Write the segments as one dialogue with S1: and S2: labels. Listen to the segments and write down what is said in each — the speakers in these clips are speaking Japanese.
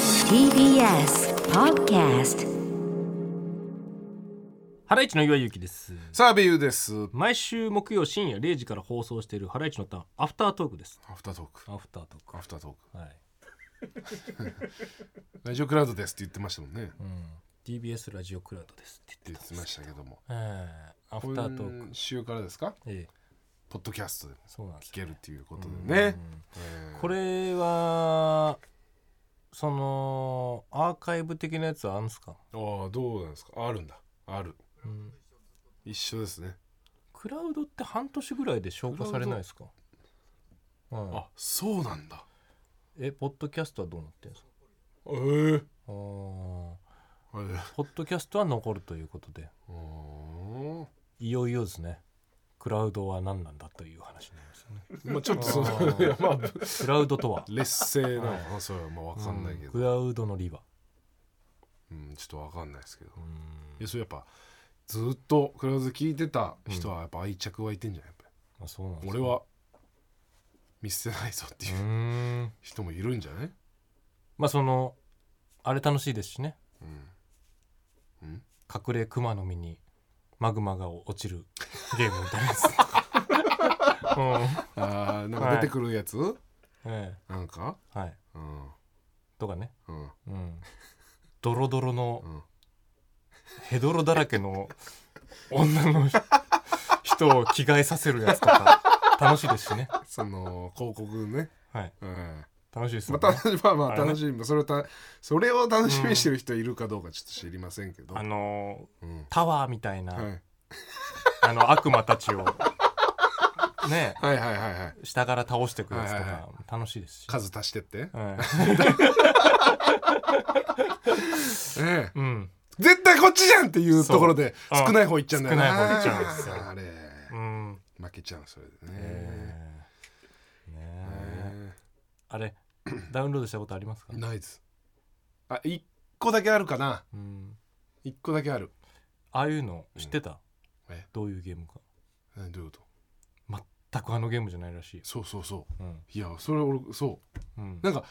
S1: TBS Podcast
S2: ハライチの岩井ゆきです
S3: さあ、ビューです。
S2: 毎週木曜深夜0時から放送しているハライチのターンアフタートークです
S3: アフタートーク。
S2: アフタートー
S3: アフタートーク。
S2: クはい、
S3: ラジオクラウドですって言ってましたもんね。
S2: う
S3: っ
S2: ん、TBS ラジオクラウドですって
S3: て
S2: 言
S3: 言
S2: っ
S3: っててましたけども。
S2: た、えー、アフタートーク
S3: 今週からですか
S2: ええ
S3: ポッドキャストで
S2: そうなんです
S3: 聞
S2: よ
S3: けるっていうことでね。えー
S2: これはそのアーカイブ的なやつはあるんですか、
S3: ああ、どうなんですかあるんだ。ある。
S2: うん、
S3: 一緒ですね。
S2: クラウドって半年ぐらいで消化されないですか、はい
S3: あ、そうなんだ。
S2: えポッドキャストはどうなってるんですか
S3: ええ。
S2: あー
S3: あれ
S2: ポッドキャストは残るということで
S3: うーん
S2: いよいよですねクラウドは何なんだという話になりますよね
S3: まあちょっと そ
S2: あ
S3: の、
S2: ー
S3: いやまあ、
S2: クラウドとは
S3: 劣勢なのかな、それはまあわかんないけ
S2: うん
S3: ど
S2: ク。ラウドのリバ
S3: うん、ちょっとわかんないですけど。
S2: うん
S3: いや、それやっぱ、ずっとクラウド聞いてた人はやっぱ愛着湧いてんじゃないやっぱり
S2: まあそうなんですね
S3: 俺は見捨てないぞって
S2: う
S3: い
S2: ー
S3: うん人もいるんじゃない、
S2: まあそのあれ楽しいですしね
S3: うん、
S2: 隠れ熊の実にマグマが落ちるゲームみたいなやつ、 う
S3: あーなんか出てくるやつ、
S2: んえ
S3: なんか
S2: えはい、
S3: うん
S2: とかね、
S3: うん
S2: うん、ドロドロの
S3: うん
S2: ヘドロだらけの女の人人を着替えさせるやつとか楽しいですしね、
S3: その広告ね、
S2: はい、
S3: うん、
S2: 楽しいですよ
S3: ま
S2: ね、
S3: あ、楽しまあまあ
S2: あれね
S3: 楽しみそれをたそれを楽しみにしてる人いるかどうかちょっと知りませんけど、
S2: あの
S3: うん
S2: タワーみたいな、
S3: はい、
S2: あの悪魔たちを ね
S3: はいはいはいはい
S2: 下から倒していくやつと
S3: はいはい
S2: か楽しいですし、
S3: 数足してって、
S2: はい
S3: ええ
S2: うん
S3: 絶対こっちじゃんっていうところで
S2: そう
S3: 少ない方いっちゃうんだよな
S2: 少ない方いっちゃうんですよ
S3: あれ
S2: うん
S3: 負けちゃうそれでね、
S2: えーねえ
S3: え
S2: あれダウンロードしたことありますか
S3: え、ないですあ一個だけあるかな
S2: うん、
S3: 一個だけある
S2: ああいうの知ってた、
S3: うんえ
S2: どういうゲームか
S3: えどういうこと
S2: 全くあのゲームじゃないらしいよ、
S3: そうそうそ
S2: うん
S3: ういやそれ俺そう
S2: うん
S3: なんか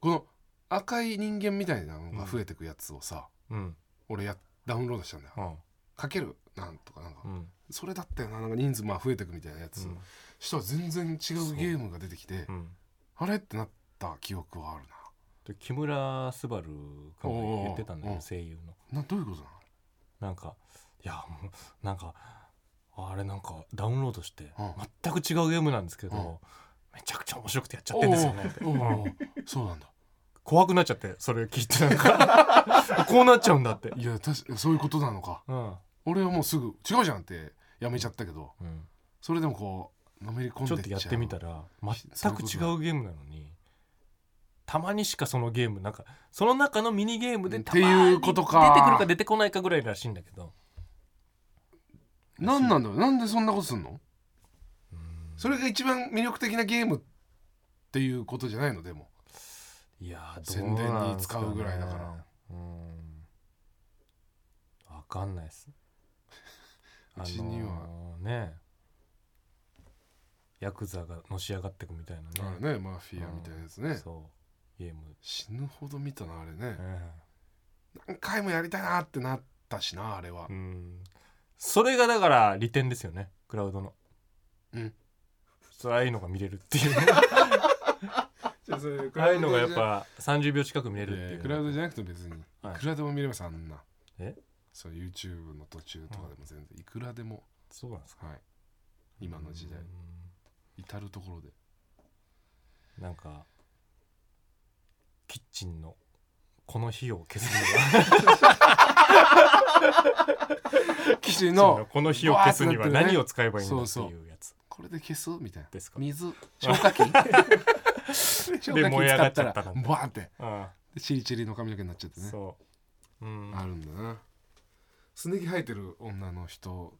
S3: この赤い人間みたいなのが増えてくやつをさ、
S2: うん
S3: 俺やダウンロードしたんだよ、
S2: うん
S3: かけるなんとかなんか、
S2: うん
S3: それだったよななんか人数まあ増えてくみたいなやつ、
S2: うん
S3: したら全然違うゲームが出てきて、
S2: うん
S3: あれってなった記憶はある
S2: で木村昴かも言ってたんだ
S3: おうおうお
S2: よ
S3: う
S2: 声優の
S3: ななどういうことなの
S2: なんかいやもうなんかあれなんかダウンロードして
S3: うん
S2: 全く違うゲームなんですけど、
S3: う
S2: めちゃくちゃ面白くてやっちゃってんですよね
S3: おうおうおうそうなんだ
S2: 怖くなっちゃってそれ聞いてなんか こうなっちゃうんだって
S3: いや確かそういうことなのか
S2: うん、
S3: 俺はもうすぐ違うじゃんってやめちゃったけど
S2: うん、
S3: それでもこうのめり込ん
S2: ちょ
S3: で
S2: っ
S3: っ
S2: と
S3: ちゃ
S2: や
S3: う
S2: ってみたら全く違うゲームなのにたまにしかそのゲームなんかその中のミニゲームで
S3: うん
S2: たまに
S3: ってい
S2: 出
S3: う
S2: てく
S3: こと
S2: る
S3: か
S2: か出てこないかぐらいらしいんだけど
S3: なんなんだろうなんでそんなことすんのそれが一番魅力的なゲームっていうことじゃないのでも
S2: いやー
S3: 宣伝に使うぐらいだから
S2: どうなんすねうんわかんないっす
S3: うちには、
S2: あのーねヤクザがのし上がってくみたいな
S3: あ
S2: ね
S3: れねマフィアみたいなやつね、
S2: そうゲーム、
S3: 死ぬほど見たなあれね
S2: う、ん
S3: 何回もやりたいなってなったしなあれは、
S2: うんそれがだから利点ですよねクラウドの
S3: うん
S2: そうああいうのが見れるっていうあ
S3: あ
S2: あいうのがやっぱ30秒近く見れるっていう、
S3: クラウドじゃなくても別に、
S2: はい
S3: い、くらでも見れますあんな
S2: え
S3: そう YouTube の途中とかでも全然、いくらでも
S2: そうなんですか
S3: はい今の時代
S2: うん
S3: 至る 所で
S2: なんかキッチンのこの火を消す
S3: 騎士
S2: にはこの火を消すには何を使えばいいんだって
S3: そうそ
S2: いうやつ
S3: これで消すみたいな
S2: ですか
S3: 水 消火器消
S2: で燃え上がっちゃった
S3: ら
S2: な
S3: バ
S2: んて
S3: ーンって
S2: あ
S3: でチリチリの髪の毛になっちゃって
S2: あ
S3: ね
S2: そううん
S3: あるんだなすね毛生えてる女の人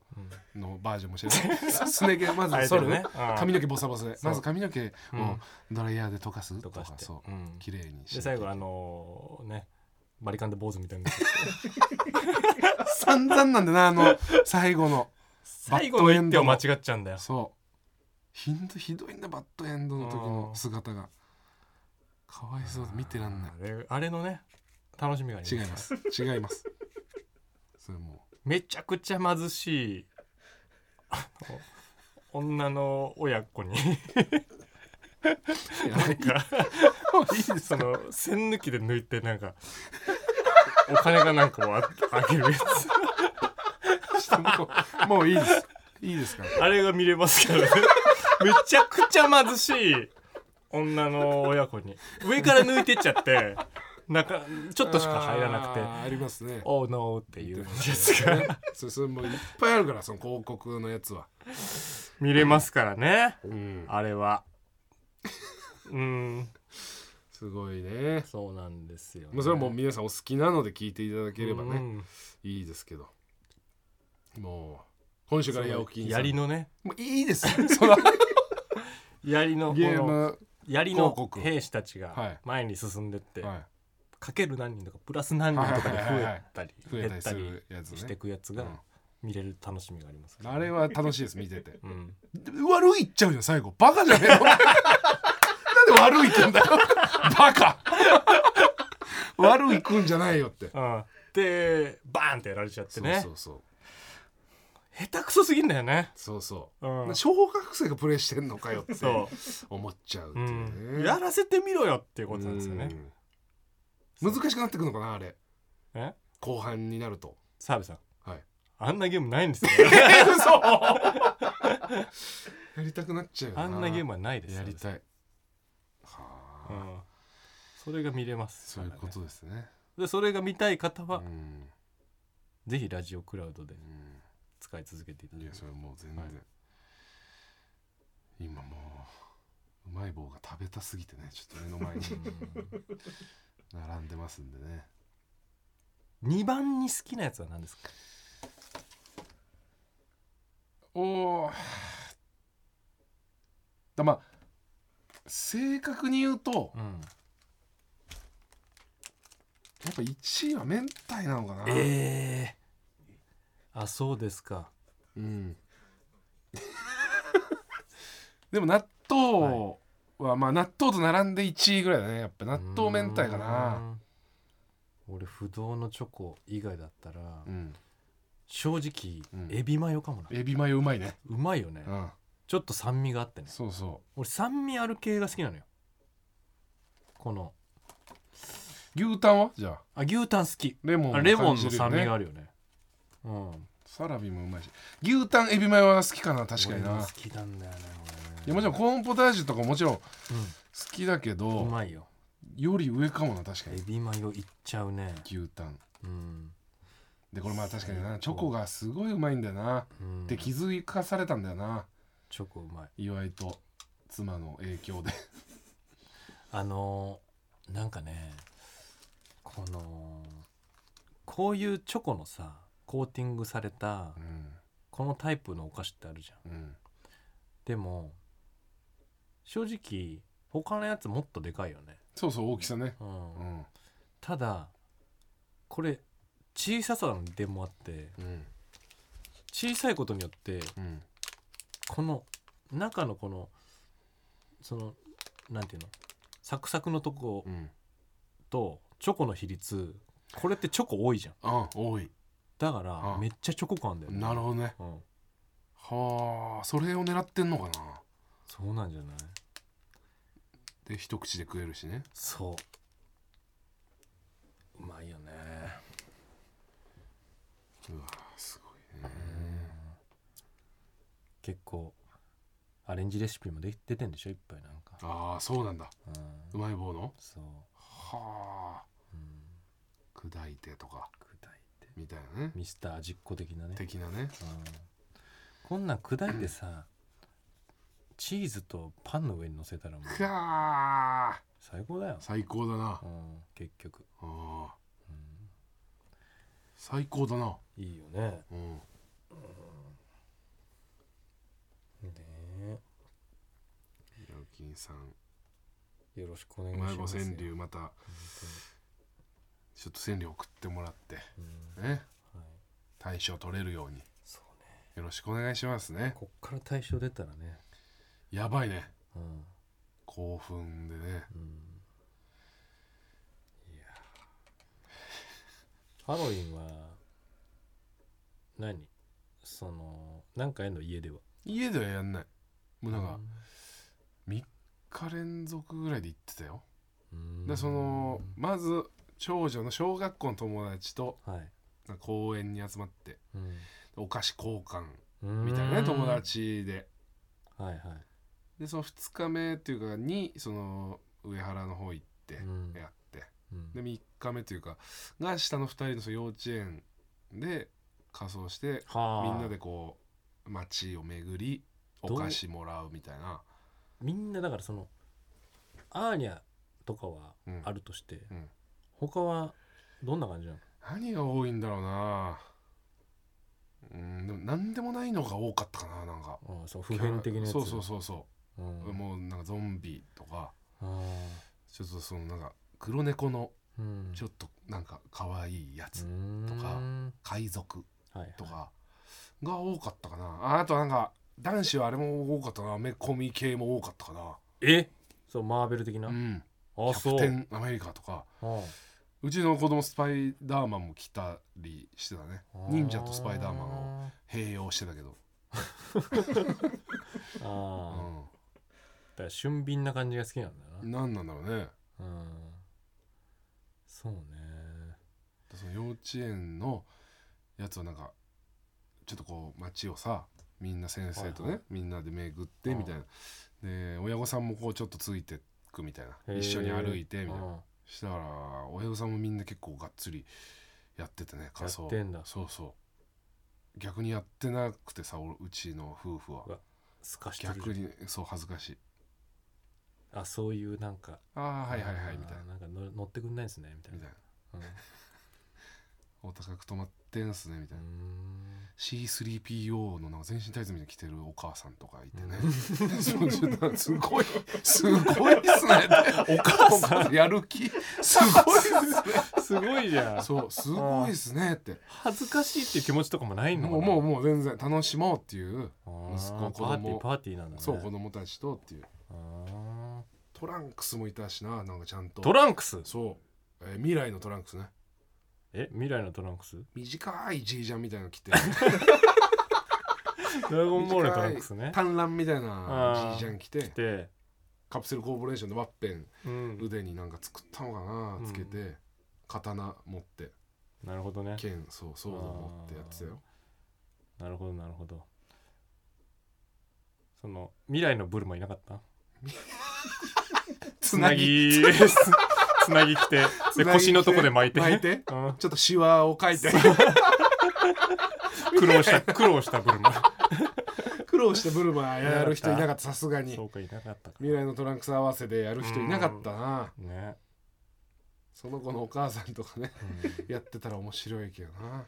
S2: うん
S3: のバージョンも 知らないすね毛ま
S2: 生え
S3: ず
S2: て
S3: そ
S2: る
S3: れ
S2: ね
S3: ね
S2: うん
S3: 髪の毛ボサボサで
S2: そう
S3: まず髪の毛を
S2: うん
S3: ドライヤーで溶かすと
S2: とか
S3: か
S2: して
S3: そう
S2: うん
S3: 綺麗にし
S2: で
S3: て
S2: 最後あのーねバリカンで坊主み たいな
S3: 散々なんだな あの最後の
S2: 最後の一手を間違っちゃうんだよ
S3: そうひんどひどいんだバッドエンドの時の姿がかわいそうだ見てらんない
S2: あれあれのね楽しみがあり
S3: 違い
S2: ます
S3: ます違 いますそれも
S2: めちゃくちゃ貧しいあの女の親子に
S3: うやばい
S2: がその線抜きで抜いてなんかお金がなんかをああげるやつ
S3: 下の子もういいですいいですから
S2: あれが見れますからねめちゃくちゃ貧しい女の親子に上から抜いてっちゃってなんかちょっとしか入らなくて
S3: あーありますね
S2: 「Oh no」っていうやつが
S3: それそれもういっぱいあるからその広告のやつは
S2: 見れますからね
S3: うん
S2: あれはうん
S3: すごいね
S2: そうなんですよ、ね
S3: まあそれはもう皆さんお好きなので聞いていただければ
S2: う
S3: ね
S2: ん
S3: いいですけどもう今週から八百金さん
S2: 槍のね
S3: もうい いですその
S2: 槍のこ
S3: ゲー
S2: の
S3: ム
S2: 槍
S3: 広
S2: の
S3: 告
S2: 兵士たち
S3: は
S2: が
S3: い
S2: 前に進んでって、
S3: は
S2: かける何人とかプラス何人とかで増えたり
S3: い増え
S2: 減
S3: た
S2: っ
S3: り
S2: た
S3: す
S2: り
S3: るやつ
S2: してい
S3: ね
S2: くやつが見れる楽しみがあります、
S3: あれは楽しいです見てて
S2: うん、
S3: 悪いっちゃうじゃん最後バカじゃねえの なんで悪いくんだよ バカ悪いくんじゃないよって
S2: ああでバーンってやられちゃってね
S3: そうそうそう
S2: 下手くそすぎんだよね
S3: そうそう、
S2: うん
S3: 小学生がプレイしてんのかよって
S2: そ
S3: 思っちゃうって
S2: う、う
S3: い
S2: ん
S3: うね、
S2: やらせてみろよっていうことなんですよね
S3: うん難しくなってくのかなあれ
S2: え
S3: 後半になると
S2: 澤部さん
S3: はい
S2: あんなゲームないん ですよ
S3: やりたくなっちゃうよな
S2: あんなゲームはないです
S3: やり
S2: い、
S3: たいはあ、
S2: うん、それが見れます
S3: そ
S2: か
S3: う
S2: ら
S3: いう
S2: ね、
S3: ことですね
S2: でそれが見たい方
S3: う
S2: は、
S3: ん、
S2: ぜひラジオクラウドで
S3: うん
S2: 使い続けていただき
S3: いや
S2: ます
S3: それもう全然、
S2: はい
S3: 今もううまい棒が食べたすぎてねちょっと目の 前に 並んでますんでね
S2: 2番に好きなやつは何ですか
S3: おおだまあ正確に言うと
S2: うん
S3: やっぱ1位は明太なのかな、
S2: ええあそうですか
S3: うん、 でも納豆はまあ納豆と並んで1位ぐらいだねやっぱ納豆明太か
S2: う
S3: な、
S2: ん俺不動のチョコ以外だったら、
S3: うん、
S2: 正直、
S3: うん
S2: エビマヨかもな
S3: エビマヨうまいね、
S2: うまいよね、
S3: うん、
S2: ちょっと酸味があってね
S3: そうそう
S2: 俺酸味ある系が好きなのよこの
S3: 牛タンはじゃあ
S2: あ牛タン好き
S3: レモンも
S2: あレモンの
S3: 感じるよ
S2: 酸
S3: ね
S2: 味があるよねうん
S3: サラミもうまいし牛タンエビマヨは好きかな確かに
S2: 俺も
S3: な
S2: 好きなんだよね
S3: いやもちろんコーンポタージュとかもちろん好
S2: 俺ね
S3: きだけ
S2: うんう
S3: ど
S2: まいよ
S3: より上かもな確か
S2: エ
S3: に
S2: ビマヨいっちゃうね
S3: 牛タン
S2: うん
S3: でこれまあ確かに
S2: 最
S3: な
S2: 高
S3: チョコがすごいうまいんだよな
S2: うん
S3: って気づかされたんだよな
S2: チョコうまい
S3: 岩井と妻の影響で
S2: あのーなんかねこのこういうチョコのさコーティングされた
S3: う
S2: このタイプのお菓子ってあるじゃん
S3: んうん
S2: でも正直他のやつもっとでかいよね、
S3: そうそう大きさね
S2: うん
S3: うん
S2: ただこれ小ささのでもあって
S3: うん
S2: 小さいことによって
S3: うん
S2: この中のこのそのなんていうのサクサクのとこ
S3: うん
S2: とチョコの比率これってチョコ多いじゃん
S3: あ多い
S2: だから
S3: うん
S2: めっちゃチョコ感だよね
S3: なるほどね
S2: うん、
S3: はあそれを狙ってんのかな
S2: そうなんじゃない
S3: で一口で食えるしね
S2: そううまいよね
S3: うわすごいね
S2: 結構アレンジレシピもで出てんでしょいっぱいなんか
S3: ああそうなんだ
S2: うん
S3: うまい棒の
S2: そう、
S3: はあ
S2: うん、
S3: 砕いてとか
S2: 砕いて
S3: みたいなね
S2: ミスター味っ子的なね、うん、
S3: 的なね
S2: こんなん砕いてさチーズとパンの上に乗せたらもう
S3: くわー
S2: 最高だよ、
S3: 最高だな
S2: うん、結局、
S3: ああ
S2: うん
S3: 最高だない
S2: いよね
S3: うん
S2: ね
S3: ヤオキンさん
S2: えよろしくお願
S3: う
S2: いしま
S3: ますい棒川
S2: よ
S3: 柳またちょっと川柳送ってもらって
S2: うん
S3: ね
S2: はい、
S3: 大賞取れるように
S2: そうね
S3: よろしくお願いしますね
S2: こっから対象出たらね
S3: やばいね
S2: うん、
S3: 興奮でね
S2: うん、ハロウィンは何そのなんかへの家では
S3: 家ではやんないもうなんか3日連続ぐらいで行ってたよ
S2: うん
S3: でそのまず長女の小学校の友達と
S2: はい、
S3: なんか公園に集まってお菓子交換
S2: うん
S3: みたいなね友達で
S2: はいはい
S3: でその2日目っていうかにその上原の方行って
S2: うん
S3: やって
S2: うん
S3: で3日目というかが下の2人のその幼稚園で仮装して
S2: はあ
S3: みんなでこう街を巡りお菓子もらうみたいな
S2: みんなだからそのアーニャとかはあるとして、
S3: うん
S2: 他はどんな感じなの
S3: 何が多いんだろうなうんでも何でもないのが多かったかななんか
S2: ああそう普遍的なやつ、
S3: そうそうそうそうう、
S2: ん、
S3: もうなんかゾンビとか
S2: あ
S3: ちょっとそのなんか黒猫の
S2: あうん
S3: ちょっとなんか可愛いやつ、とか
S2: うーん
S3: 海賊
S2: はいはい
S3: とかが多かったかなああとなんか男子はあれも多かったなアメコミ系も多かったかな
S2: えそうマーベル的な、
S3: うんキ
S2: あ
S3: ャ
S2: そう
S3: プテンアメリカとか
S2: うん
S3: うちの子供スパイダーマンも来たりしてたね忍者とスパイダーマンを併用してたけど
S2: あーあー、だ
S3: うん
S2: から俊敏な感じが好きなんだな
S3: 何なんだろうね
S2: うんそうね
S3: その幼稚園のやつをなんかちょっとこう街をさみんな先生と
S2: は
S3: ね、
S2: いは
S3: みんなで巡ってみたいなで親御さんもこうちょっとついてくみたいな
S2: へー
S3: 一緒に歩いてみたいな
S2: うん
S3: したら親御さんもみんな結構がっつりやっててね仮装
S2: やってんだ
S3: そうそう逆にやってなくてさ俺うちの夫婦
S2: う
S3: は
S2: わすかしてる
S3: 逆にそう恥ずかしい
S2: あそういうなんか
S3: ああはいはいはいみたい
S2: あ
S3: な
S2: ーなんかの乗ってくんないですねみたい
S3: み
S2: な
S3: たいな
S2: うん
S3: お高く止まってんすねみたいな
S2: うーん
S3: C3PO のなんか全身タイツみたいに着てるお母さんとかいてね、 そうちょっとすごいすごいっすねお母さんやる気すごいっすね
S2: すごいじゃん
S3: そうすごいっすねって
S2: 恥ずかしいっていう気持ちとかもないのか
S3: も
S2: な
S3: うもうもう全然楽しもうっていう
S2: あー
S3: 息子
S2: パーティー
S3: 子供
S2: パーティーなんだね
S3: そう子供たちとっていう
S2: あ
S3: トランクスもいたしななんかちゃんと
S2: ートランクス
S3: そう、えー未来のトランクスね
S2: え未来のトランクス
S3: 短いジージャンみたいな の着て
S2: ドラゴンボールのトランクスね
S3: 短ランみたいな
S2: あ
S3: ジ
S2: ー
S3: ージャン着て
S2: で、
S3: カプセルコーポレーションのワッペン
S2: うん、
S3: 腕になんか作ったのかな、
S2: うん
S3: つけて刀持って
S2: なるほどね
S3: 剣そうそう持ってやってたよ
S2: なるほどなるほどその未来のブルマいなかった
S3: つ
S2: つなぎ つなぎ着てで腰のとこで巻いて
S3: 巻い
S2: う
S3: て
S2: ん
S3: ちょっとシワを描いて
S2: 苦労した苦労したブルマ
S3: 苦労してブルマやる人いなかったさすがに
S2: そうかいなかったか
S3: 未来のトランクス合わせでやる人いなかったな
S2: ね、
S3: その子のお母さんとかね やってたら面白いけどな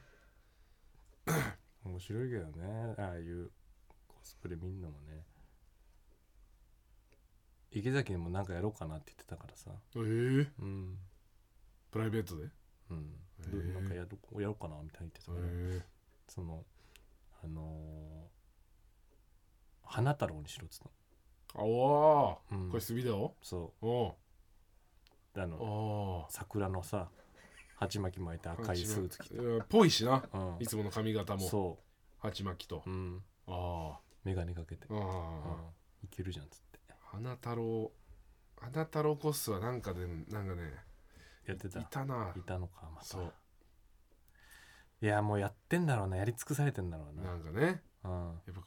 S2: うん、面白いけどねああいうコスプレ見んのもね池崎にもなんかやろうかなって言ってたからさ
S3: ええ
S2: うん
S3: プライベートでえ
S2: うん、
S3: へ
S2: ど
S3: え
S2: なんかやろやろうかなみたいに言ってた
S3: え
S2: から、そのあのー花太郎にしろっつった
S3: あおー
S2: の、うん
S3: これ炭だよ
S2: そ
S3: お
S2: うあ
S3: お
S2: の
S3: お
S2: 桜のさ鉢巻き巻いた
S3: ー
S2: 赤いスーツ着て、
S3: うんぽいしな
S2: うん
S3: い、つもの髪型も
S2: そ
S3: 鉢巻きと
S2: う、うん、
S3: あ
S2: 眼鏡かけて、
S3: あ
S2: うん
S3: あ
S2: いけるじゃんっつって
S3: 花太郎花太郎コスはなんかでなんかね
S2: やってた
S3: いたない
S2: たのかまた
S3: そう
S2: いやもうやってんだろうなやり尽くされてんだろう
S3: な
S2: な、
S3: んかね
S2: うん
S3: やっぱ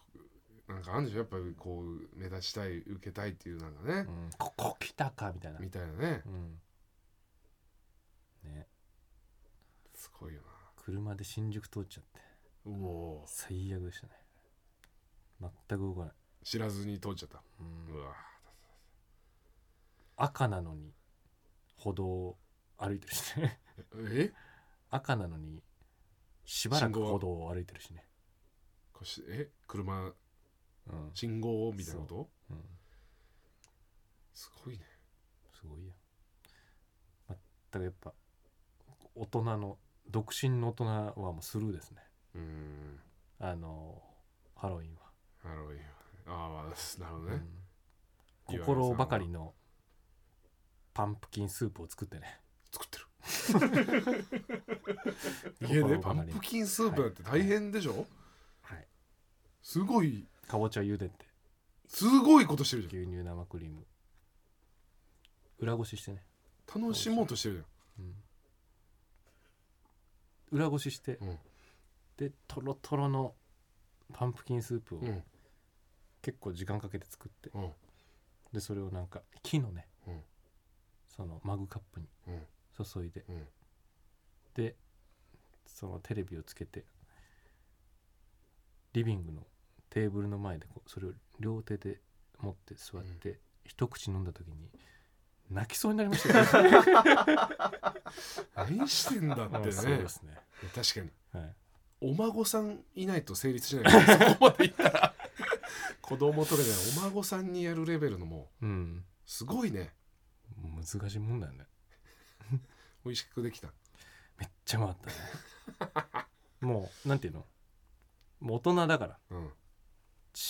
S3: なんかあるんでしょやっぱりこう目立ちたい受けたいっていうなんかね
S2: う、ん、ここ来たかみたいな、
S3: みたいなね
S2: うん、ね
S3: すごいよ
S2: 車で新宿通っちゃって
S3: なうおー
S2: 最悪でしたね全く動かない、
S3: 知らずに通っちゃった
S2: うん
S3: うわ
S2: 赤なのに歩道を歩いてるしね
S3: え
S2: 赤なのにしばらく
S3: 信号は
S2: 歩道を歩いてるしね、
S3: こしえ車
S2: うん
S3: 信号みたいなこと
S2: うん、
S3: すごいね
S2: すごいよ全くやっぱ大人の独身の大人はもうスルーですね
S3: うーん
S2: あのハロウィンは、
S3: なるほどああなるほど
S2: う
S3: ね、
S2: ん
S3: 岩井さんは
S2: 心ばかりのパンプキンスープを作ってね
S3: 作ってる 家で
S2: お
S3: パ
S2: かわ
S3: ン
S2: り
S3: プキンスープなんて大変でしょ、
S2: はい
S3: すごい
S2: かぼちゃ茹でて
S3: すごいことしてるじ
S2: 牛乳生クリーム裏ごししてね
S3: ゃん楽しもうとしてるじゃん
S2: 裏ごしして、
S3: うん
S2: でとろとろのパンプキンスープを
S3: うん
S2: 結構時間かけて作って、
S3: うん
S2: でそれをなんか木のね、
S3: うん
S2: そのマグカップに
S3: うん
S2: 注いで、
S3: うん
S2: でそのテレビをつけてリビングのテーブルの前でこうそれを両手で持って座って、一口飲んだ時に泣きそうになりましたよ ね
S3: 何してんだってね
S2: うんそうですね、
S3: 確かに
S2: はい、
S3: お孫さんいないと成立しない からそこまでいったら子供とかじゃないお孫さんにやるレベルのも
S2: うん
S3: うすごいね
S2: 難しいもんだよね
S3: 美味しくできた
S2: めっちゃ回ったねもうなんていうのもう大人だから
S3: うん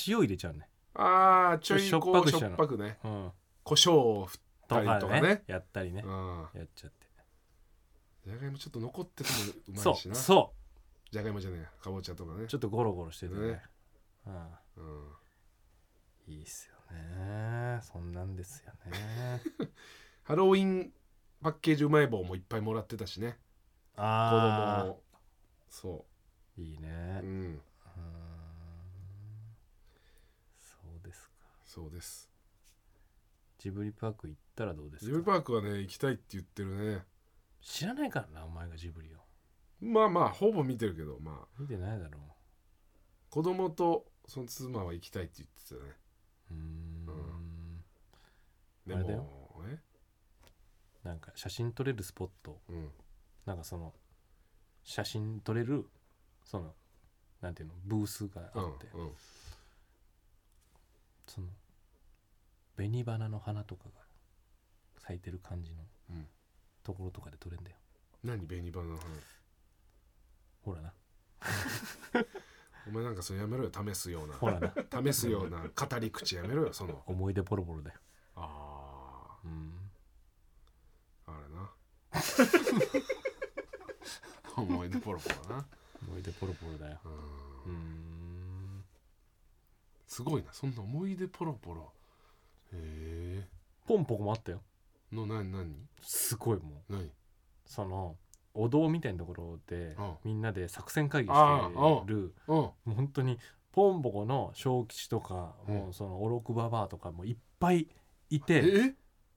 S2: 塩入れちゃうね
S3: あーちょい
S2: しょっ
S3: こ
S2: ぱ
S3: う
S2: く
S3: しょ
S2: した
S3: っ
S2: の
S3: ぱくね
S2: うん
S3: 胡椒を振
S2: と
S3: ったりとかね
S2: やったりね、
S3: うん
S2: やっちゃって
S3: じゃがいもちょっと残っててもうまい
S2: そ
S3: し
S2: う
S3: な
S2: そ
S3: じゃがいもじゃねえかぼちゃとかね
S2: うちょっとゴロゴロしててね
S3: ね
S2: うん
S3: うん
S2: いいっすよねそんなんですよ ね
S3: ハロウィンパッケージうまい棒もいっぱいもらってたしね子
S2: あ
S3: 供をそ
S2: あいいうね
S3: うん
S2: うんそうですか
S3: そうです
S2: ジブリパーク行ったらどうで
S3: ジ
S2: す
S3: ブリ
S2: か
S3: パークはね行きたいって言ってるね
S2: 知らないからなお前がジブリを
S3: まあまあほぼ見てるけどまあ
S2: 見てないだろ
S3: 子供とその妻は行きたいって言ってたね
S2: ううーん
S3: で
S2: あれだよ
S3: もね
S2: なんか写真撮れるスポット
S3: うん
S2: なんかその写真撮れるそのなんていうのブースが
S3: う
S2: あ
S3: ん
S2: って、
S3: うん
S2: その紅花の花とかが咲いてる感じの
S3: うん
S2: ところとかで撮れんだよ
S3: 何紅花の花
S2: ほらな
S3: お前なんかそれやめろよ試すような
S2: ほ らな
S3: 試すような語り口やめろよその
S2: 思い出ボロボロだよ
S3: あ
S2: うん
S3: ああれな 思い出ポロポロな
S2: 思い出ボロボロだよ
S3: うん
S2: うーん
S3: すごいなそんな思い出ポロポロへ
S2: ポンポコもあったよ
S3: えの何何
S2: すごいもう
S3: 何
S2: そのお堂みたいなところで
S3: うん
S2: みんなで作戦会議
S3: あ
S2: し
S3: ー
S2: てる
S3: うん
S2: もう本当にポンポコの小吉とか、
S3: うん
S2: もうそのオロクババアとかもいっぱいいて
S3: え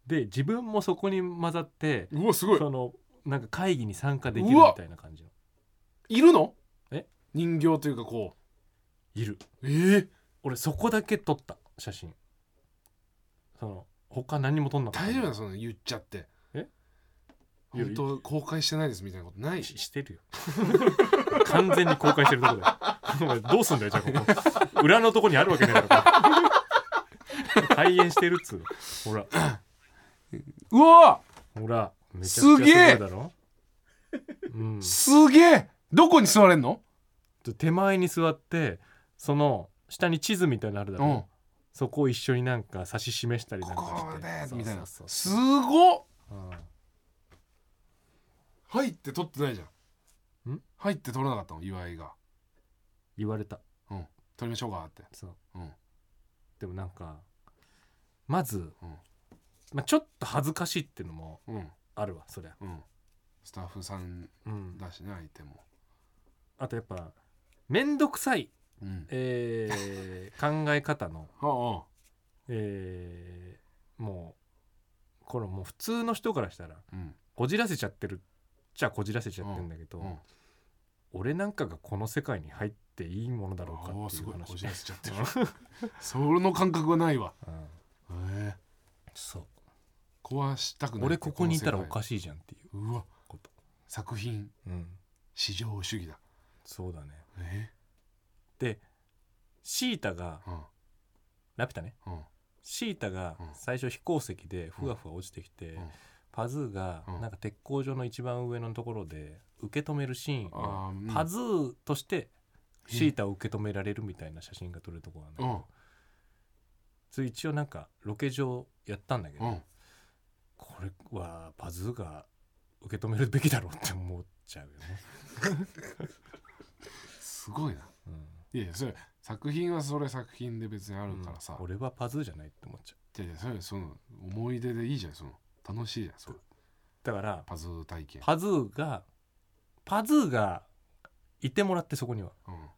S2: で自分もそこに混ざって
S3: うわすごい
S2: そのなんか会議に参加できる
S3: う
S2: み
S3: わ
S2: たいな感じの
S3: いるの
S2: え
S3: 人形というかこ
S2: いる
S3: うええ
S2: 俺そこだけ撮った写真その他何も撮んなかった
S3: 大丈夫なのその言っちゃって
S2: え
S3: 本当は公開してないですみたいなことない
S2: ししてるよ 完全に公開してるとこだよどうすんだよじゃあここ裏のとこにあるわけねえだろ これ開演してるっつうのほら
S3: うわ
S2: ほらめちゃくちゃすごいだろ、うん、
S3: すげえどこに座れんの
S2: 手前に座ってその下に地図みたいなのあるだ
S3: う
S2: ろ、
S3: ん
S2: そこを一緒になんか指し示したりなんか
S3: ここ
S2: して
S3: でみたいな
S2: そ
S3: す
S2: うそう
S3: ごっ
S2: そううん
S3: 入って取ってないじゃん
S2: ん
S3: 入って取らなかったの岩井が
S2: 言われた
S3: うん取りましょうかって
S2: そう、
S3: うん
S2: でもなんかまず、
S3: うん
S2: まあ、ちょっと恥ずかしいっていうのも
S3: うん
S2: あるわそりゃ、
S3: うんスタッフさん
S2: うん、
S3: だしね相手も
S2: あとやっぱ面倒くさい、
S3: うん
S2: え ー考え方の、
S3: ああ
S2: えーもうこれもう普通の人からしたら
S3: うん
S2: こじらせちゃってるっちゃこじらせちゃってるんだけど、
S3: うん
S2: 俺なんかがこの世界に入っていいものだろうかっ
S3: おー
S2: てい
S3: すご
S2: う
S3: いこ
S2: 話
S3: じらせちゃってる その感覚はないわ
S2: うん
S3: ええ
S2: そう
S3: 壊したくない
S2: 俺ここにいたらおか
S3: しい
S2: しいじゃんっていう
S3: うわ
S2: こと、
S3: 作品
S2: うん、
S3: 至上主義だ
S2: そうだね
S3: え
S2: でシータが
S3: えうん
S2: ラピュタね
S3: うん
S2: シータが
S3: うん
S2: 最初飛行石でふわふわ落ちてきて、
S3: うん
S2: パズーが
S3: うん
S2: なんか鉄工所の一番上のところで受け止めるシーンを
S3: あーうん
S2: パズーとしてシータを受け止められるみたいな写真が撮れるとこがあるんだけ
S3: う
S2: ど
S3: ん
S2: それ一応なんかロケ上やったんだけど、
S3: うん
S2: これはパズーが受け止めるべきだろうって思っちゃうよね。
S3: すごいな、いやいやそれ作品はそれ作品で別にあるからさ、
S2: 俺はパズーじゃないって思っちゃう。
S3: いやいやそれその思い出でいいじゃんその楽しいじゃんそれ
S2: だから
S3: パズー体験、
S2: パズーがパズーがいてもらってそこには
S3: うん、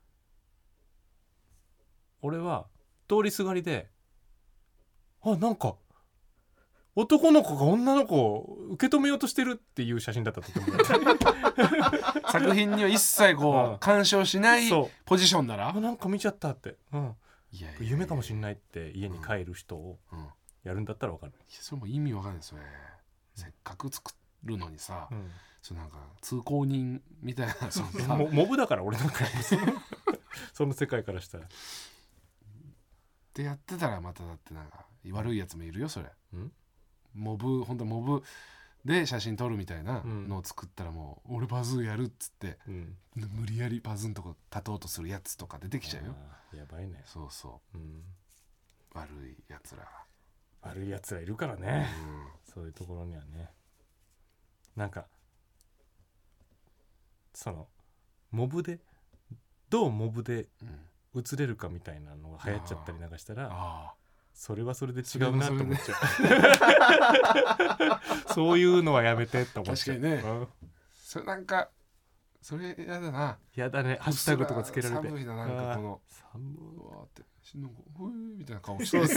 S2: 俺は通りすがりであなんか男の子が女の子を受け止めようとしてるっていう写真だったと思う
S3: 作品には一切 こう、
S2: うん
S3: 干渉しない
S2: そう
S3: ポジションなら
S2: あなんか見ちゃったって、うん、
S3: いやいやいや
S2: 夢かもしんないって家に帰る人を
S3: うんいや
S2: やるんだったら分かる、
S3: それも意味わかんないそれせっかく作るのにさ、
S2: うん
S3: そうなんか通行人みたいなそのさ
S2: もモブだから俺なんか その世界からしたら
S3: ってやってたらまただってなんか悪いやつもいるよそれ
S2: ん
S3: モブ本当モブで写真撮るみたいな
S2: うん
S3: のを作ったらもう、俺パズーやるっつって
S2: うん
S3: 無理やりパズーのとこ立とうとするやつとか出てきちゃうよ
S2: あーやばいね、
S3: そうそ
S2: うん、
S3: う悪いやつら
S2: 悪いやつらいるからね
S3: うん
S2: そういうところにはねなんかそのモブでどうモブで
S3: うん
S2: 映れるかみたいなのが流行っちゃったりなんかしたら
S3: あ
S2: それはそれで違
S3: それ
S2: う
S3: は
S2: な
S3: そ
S2: と
S3: れ
S2: 思
S3: で
S2: っちゃうそういうのはやめてって思っちゃう
S3: 確かにね
S2: うん
S3: あそれなんかそれやだな
S2: やだねハッシュタグとかつけられて
S3: 寒いななんかこの
S2: あー寒いう
S3: わーってしんのこふーみたいな顔してる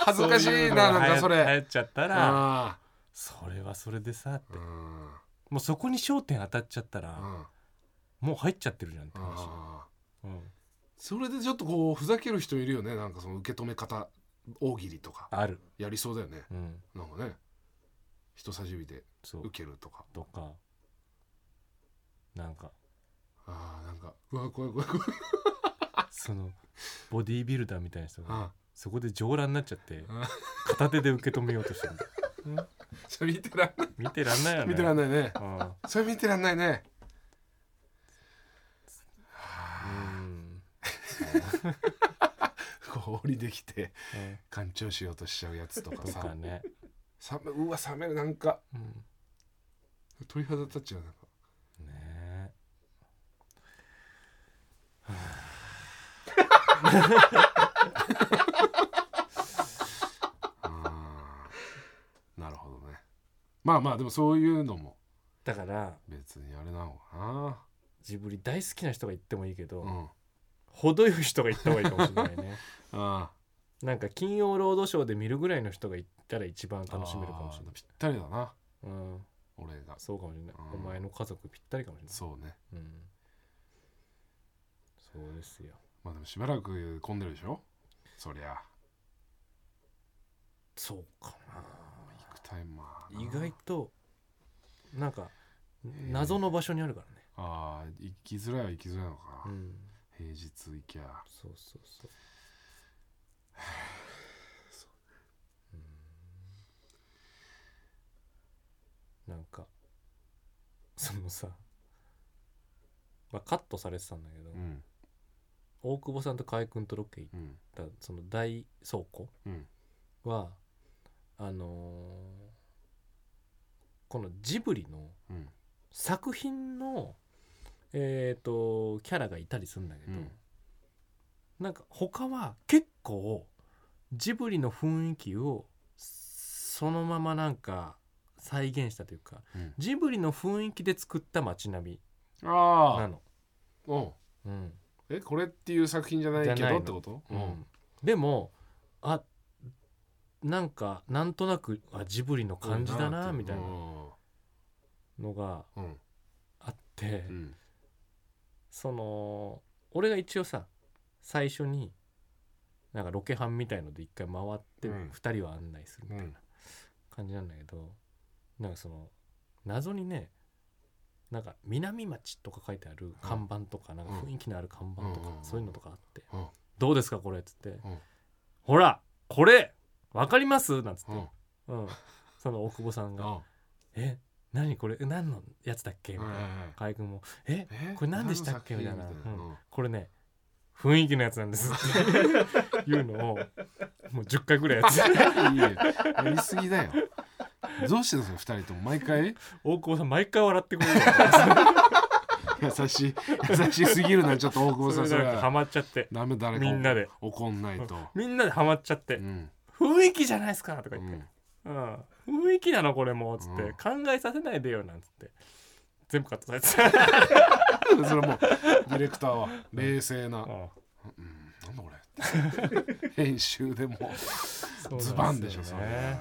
S3: 恥ずかしいななんかそ
S2: 流行流
S3: れ
S2: 行っちゃったら
S3: あ
S2: それはそれでさ
S3: ーうん
S2: もうそこに焦点当たっちゃったら、
S3: うん
S2: もう入っちゃってるじゃんって話、
S3: あー
S2: うん、
S3: それでちょっとこうふざける人いるよねなんかその受け止め方大喜利とか
S2: ある、
S3: やりそうだよね
S2: うん、
S3: なんかね人差し指で
S2: そう
S3: 受けるとか
S2: とかなんか
S3: あーなんかうわ怖い怖い怖い
S2: そのボディービルダーみたいな人が
S3: あ
S2: そこで上裸になっちゃって
S3: うん
S2: 片手で受け止めようとしてる
S3: ーそれ見てらんない
S2: 見てらんないよね
S3: 見てらんないね
S2: うん
S3: それ見てらんないね
S2: うん
S3: こう降りてきて
S2: うん
S3: 干潮しようとしちゃうやつとか
S2: とか
S3: さ
S2: ね、
S3: 冷めうわ冷めるなんか
S2: うん
S3: 鳥肌立っちゃうなんか
S2: ね
S3: あーなるほどねまあまあでもそういうのも
S2: だから
S3: 別にあれなのかな
S2: ジブリ大好きな人が言ってもいいけど、
S3: うんあ
S2: 程よい人が言った方がいいかもしれない ね
S3: あ
S2: なんか金曜ロードショーで見るぐらいの人が言ったら一番楽しめるかもしれな
S3: あー
S2: い
S3: ぴったりだな
S2: うん、
S3: 俺が
S2: そうかもしれない、
S3: うん
S2: お前の家族ぴったりかもしれない
S3: そうね
S2: うんそうですよ
S3: まあでもしばらく混んでるでしょそりゃ
S2: そうか
S3: ビッグタイマー
S2: な
S3: な
S2: 意外となんか謎の場所にあるからね、
S3: ああ行きづらいは行きづらいのか、
S2: うん
S3: 平日行きゃ
S2: そうそうそううんなんかそのさ、まあ、カットされてたんだけど、
S3: うん
S2: 大久保さんと河合君とロケ行
S3: うん
S2: ったその大倉庫、
S3: うん
S2: はあのーこのジブリの
S3: うん
S2: 作品のえっ、とキャラがいたりするんだけど、
S3: うん
S2: なんか他は結構ジブリの雰囲気をそのままなんか再現したというか
S3: うん
S2: ジブリの雰囲気で作った街並みな
S3: ああ
S2: の。
S3: うん
S2: うん
S3: えこれっていう作品じゃないけ
S2: じゃない
S3: ど
S2: の
S3: ってこと
S2: うんでもあなんかなんとなくあジブリの感じだなみたいな
S3: うん
S2: のが
S3: うん
S2: あって、
S3: うん
S2: その俺が一応さ最初になんかロケハンみたいので一回回って
S3: うん
S2: 2人は案内するみたいな感じなんだけど、なんかその謎にねなんか南町とか書いてある看板とか、なんか雰囲気のある看板とか、
S3: うん
S2: そういうのとかあって「
S3: うん
S2: どうですかこれ」っつって「
S3: ん
S2: ほらこれわかります?」なんつって、
S3: うん
S2: うんその大久保さん
S3: う
S2: が
S3: ん
S2: 「え何これえ何のやつだっけ?」みたいな
S3: え
S2: 河合君も「え
S3: え
S2: これ何でしたっけ
S3: 何の
S2: みたいな
S3: 作品
S2: うんこれね雰囲気のやつなんですっていうのをもう10回ぐらいやって
S3: うんいいねやりすぎだよ どうしてですか二人とも毎回
S2: 大久保さん毎回笑ってくれる
S3: 優しい優しすぎるなちょっと大久保さ
S2: そ
S3: ん
S2: れ
S3: そ
S2: なん
S3: れ
S2: かハ
S3: は
S2: マっちゃって
S3: ダメ誰か
S2: みんなで
S3: 怒 んないと、
S2: みんなでハマっちゃって
S3: うん
S2: 雰囲気じゃないですかとか
S3: う
S2: 言って
S3: ん、
S2: うん雰囲気なのこれもうつって、
S3: うん
S2: 考えさせないでよなんつって全部カットさ れてた
S3: それはもうディレクターは冷静な、
S2: うん
S3: うん、なんだこれ編集でも
S2: そうなんすよね
S3: ズバンでしょそれ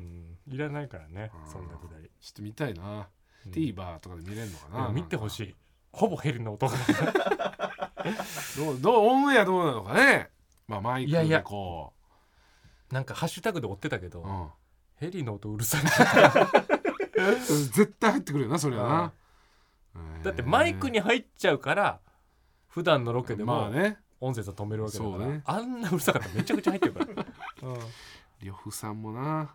S2: うんいらないからね
S3: うん
S2: そんなくだり
S3: ちょっと見たいな、
S2: うん
S3: TVer とかで見れるのか
S2: で
S3: な
S2: も見てほ
S3: い
S2: しいほぼヘリの音が
S3: どうどうオンエアどうなのかねまあマイク
S2: いやい
S3: で
S2: や
S3: こ
S2: なんかハッシュタグで追ってたけど、
S3: ううん
S2: ヘリの音うる さい
S3: 絶対入ってくるよなそれはな、えー
S2: だってマイクに入っちゃうから普段のロケで
S3: まあ
S2: も
S3: ね
S2: 音声さん止めるわけだから、
S3: そうね
S2: あんなうるさかったらめちゃくちゃ入ってるから、 うん
S3: 呂布さんもな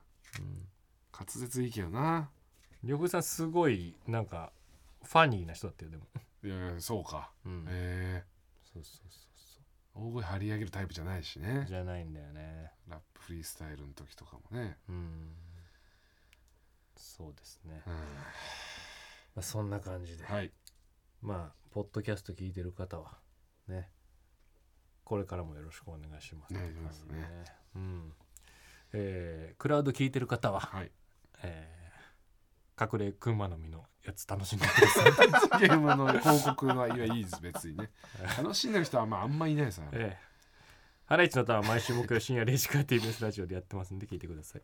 S3: 滑舌いいけどな
S2: 両夫さんすごいなんかファニーな人だったよでも、
S3: いやいやそうか
S2: うん
S3: え
S2: そうそうそう
S3: ー、大声張り上げるタイプじゃない
S2: そ
S3: し
S2: う
S3: ね
S2: じゃないんだよね
S3: ラップフリースタイルの時とかもね、
S2: うんそうですね、
S3: うん
S2: まあ、そんな感じで、
S3: はい
S2: まあポッドキャスト聞いてる方はねこれからもよろしくお願いします
S3: お願いしますね
S2: うんえークラウド聞いてる方は、
S3: はい
S2: えー隠れ熊の実のやつ楽しんで ください、
S3: ゲームの広告はいやいいです別にね楽しんでる人はまああんまいないですよね
S2: えーハライチのターンは毎週木曜深夜0時から TBS ラジオでやってますんで聞いてください